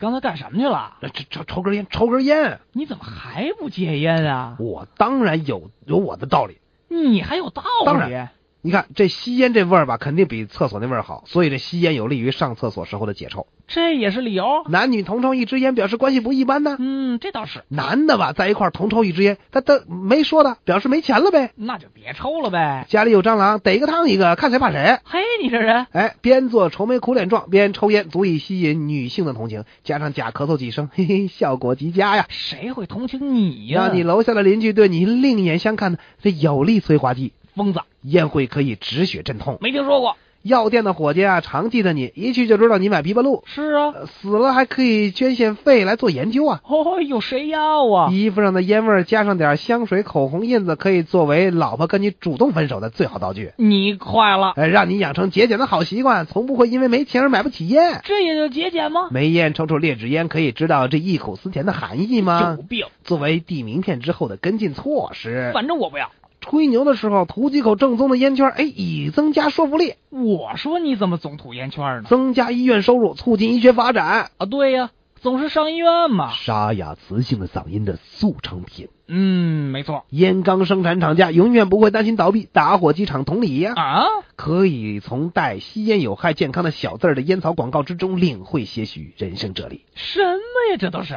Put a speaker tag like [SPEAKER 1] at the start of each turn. [SPEAKER 1] 刚才干什么去了？
[SPEAKER 2] 那抽抽抽根烟，抽根烟。
[SPEAKER 1] 你怎么还不戒烟啊？
[SPEAKER 2] 我当然有有我的道理。
[SPEAKER 1] 你还有道理？
[SPEAKER 2] 当然你看这吸烟这味儿吧，肯定比厕所那味儿好，所以这吸烟有利于上厕所时候的解臭。
[SPEAKER 1] 这也是理由。
[SPEAKER 2] 男女同抽一支烟，表示关系不一般呢。
[SPEAKER 1] 嗯，这倒是，
[SPEAKER 2] 男的吧，在一块儿同抽一支烟，他他没说的，表示没钱了呗。
[SPEAKER 1] 那就别抽了呗。
[SPEAKER 2] 家里有蟑螂，逮一个烫一个，看谁怕谁。
[SPEAKER 1] 嘿，你这人，
[SPEAKER 2] 哎，边做愁眉苦脸状，边抽烟，足以吸引女性的同情，加上假咳嗽几声，嘿嘿，效果极佳呀。
[SPEAKER 1] 谁会同情你呀、
[SPEAKER 2] 让你楼下的邻居对你另眼相看呢，这有力催化剂。
[SPEAKER 1] 疯子，
[SPEAKER 2] 烟灰可以止血镇痛。
[SPEAKER 1] 没听说过。
[SPEAKER 2] 药店的伙计啊，常记得你，一去就知道你买枇杷露。
[SPEAKER 1] 是啊，
[SPEAKER 2] 呃死了还可以捐献肺来做研究啊。
[SPEAKER 1] 哦，有谁要啊？
[SPEAKER 2] 衣服上的烟味儿加上点香水、口红印子，可以作为老婆跟你主动分手的最好道具。
[SPEAKER 1] 你快了，
[SPEAKER 2] 呃，让你养成节俭的好习惯，从不会因为没钱而买不起烟。
[SPEAKER 1] 这也就节俭吗？
[SPEAKER 2] 眉烟抽抽劣质烟，可以知道这忆苦思甜的含义吗
[SPEAKER 1] 有？病，
[SPEAKER 2] 作为递名片之后的跟进措施，
[SPEAKER 1] 反正我不要。
[SPEAKER 2] 吹牛的时候吐几口正宗的烟圈，哎，以增加说服力，
[SPEAKER 1] 我说你怎么总吐烟圈呢？
[SPEAKER 2] 增加医院收入，促进医学发展。
[SPEAKER 1] 啊，对呀、总是上医院嘛。
[SPEAKER 2] 沙哑磁性的嗓音的速成品，
[SPEAKER 1] 嗯，没错
[SPEAKER 2] 烟缸生产厂家永远不会担心倒闭，打火机厂同理呀、
[SPEAKER 1] 啊。
[SPEAKER 2] 可以从带“吸烟有害健康”的小字儿的烟草广告之中领会些许人生哲理。
[SPEAKER 1] 什么呀？这都是。